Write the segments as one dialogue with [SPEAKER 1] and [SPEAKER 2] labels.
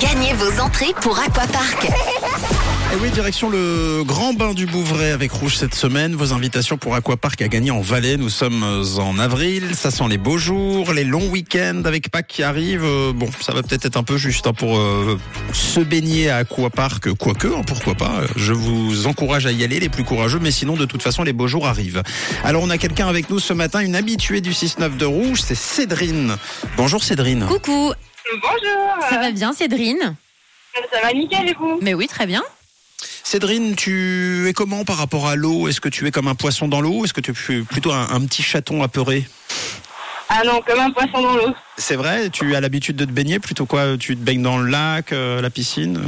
[SPEAKER 1] Gagnez vos entrées pour Aquapark.
[SPEAKER 2] Et Eh oui, direction le Grand Bain du Bouvray avec Rouge cette semaine. Vos invitations pour Aquapark à gagner en Valais. Nous sommes en avril. Ça sent les beaux jours, les longs week-ends avec Pâques qui arrive. Euh, bon, ça va peut-être être un peu juste hein, pour euh, se baigner à Aquapark, quoique, hein, pourquoi pas. Je vous encourage à y aller, les plus courageux, mais sinon, de toute façon, les beaux jours arrivent. Alors, on a quelqu'un avec nous ce matin, une habituée du 6-9 de Rouge, c'est Cédrine. Bonjour Cédrine.
[SPEAKER 3] Coucou,
[SPEAKER 4] Bonjour,
[SPEAKER 3] ça va bien Cédrine
[SPEAKER 4] ça va nickel et vous
[SPEAKER 3] Mais oui, très bien.
[SPEAKER 2] Cédrine, tu es comment par rapport à l'eau Est-ce que tu es comme un poisson dans l'eau Est-ce que tu es plutôt un, un petit chaton apeuré
[SPEAKER 4] Ah non, comme un poisson dans l'eau.
[SPEAKER 2] C'est vrai Tu as l'habitude de te baigner plutôt quoi Tu te baignes dans le lac, euh, la piscine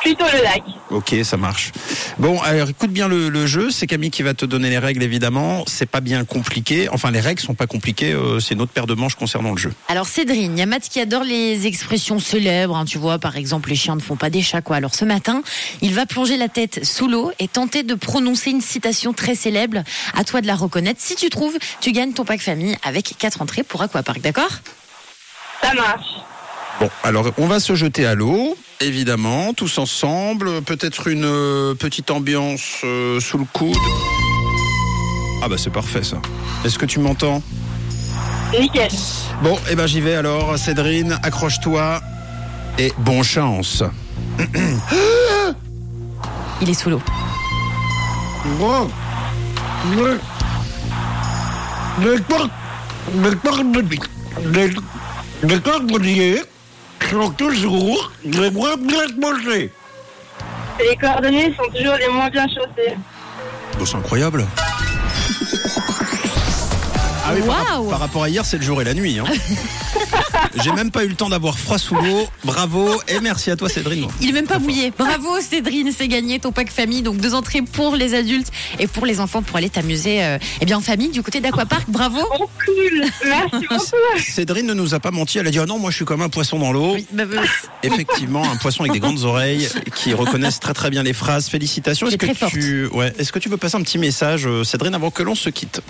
[SPEAKER 4] Plutôt le lac.
[SPEAKER 2] Ok, ça marche. Bon, alors écoute bien le, le jeu. C'est Camille qui va te donner les règles, évidemment. C'est pas bien compliqué. Enfin, les règles sont pas compliquées. euh, c'est notre paire de manches concernant le jeu.
[SPEAKER 3] Alors Cédrine, il y a Matt qui adore les expressions célèbres, hein, tu vois, par exemple les chiens ne font pas des chats quoi. Alors ce matin, il va plonger la tête sous l'eau et tenter de prononcer une citation très célèbre. À toi de la reconnaître. Si tu trouves, tu gagnes ton pack famille avec quatre entrées pour Aquapark, d'accord
[SPEAKER 4] Ça marche.
[SPEAKER 2] Bon, alors on va se jeter à l'eau, évidemment, tous ensemble. Peut-être une euh, petite ambiance euh, sous le coude. Ah bah c'est parfait ça. Est-ce que tu m'entends
[SPEAKER 4] Nickel.
[SPEAKER 2] Bon, eh ben j'y vais alors, Cédrine, accroche-toi et bonne chance.
[SPEAKER 3] Il est sous l'eau.
[SPEAKER 5] Les cordonniers, les, les cordonniers sont toujours les moins bien mangés.
[SPEAKER 4] Les coordonnées sont toujours les moins bien chaussées.
[SPEAKER 2] Bon, c'est incroyable. Ah oui, par, rap-
[SPEAKER 3] Waouh
[SPEAKER 2] par rapport à hier, c'est le jour et la nuit. hein. J'ai même pas eu le temps d'avoir froid sous l'eau. Bravo et merci à toi, Cédrine.
[SPEAKER 3] Il est même pas mouillé. Bravo Cédrine, c'est gagné ton pack famille. Donc deux entrées pour les adultes et pour les enfants pour aller t'amuser euh, eh bien en famille du côté d'Aquapark. Bravo.
[SPEAKER 4] Oh cool Merci beaucoup
[SPEAKER 2] Cédrine ne nous a pas menti. Elle a dit Ah non, moi je suis comme un poisson dans l'eau.
[SPEAKER 3] Oui, bah, bah,
[SPEAKER 2] Effectivement, un poisson avec des grandes oreilles qui reconnaissent très très bien les phrases. Félicitations.
[SPEAKER 3] C'est
[SPEAKER 2] Est-ce que
[SPEAKER 3] très
[SPEAKER 2] tu, ouais, est-ce que tu veux passer un petit message, euh, Cédrine, avant que l'on se quitte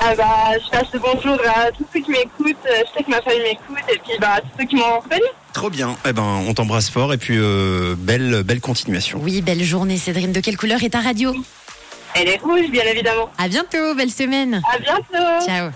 [SPEAKER 4] Ah bah, je passe le bonjour à tous ceux qui m'écoutent. euh, Je sais que ma famille m'écoute et puis bah, à tous ceux qui m'ont fait.
[SPEAKER 2] Trop bien. Eh ben, on t'embrasse fort et puis euh, belle belle continuation.
[SPEAKER 3] Oui, belle journée Cédrine. De quelle couleur est ta radio
[SPEAKER 4] Elle est rouge, bien évidemment.
[SPEAKER 3] À bientôt, belle semaine.
[SPEAKER 4] À bientôt
[SPEAKER 3] Ciao.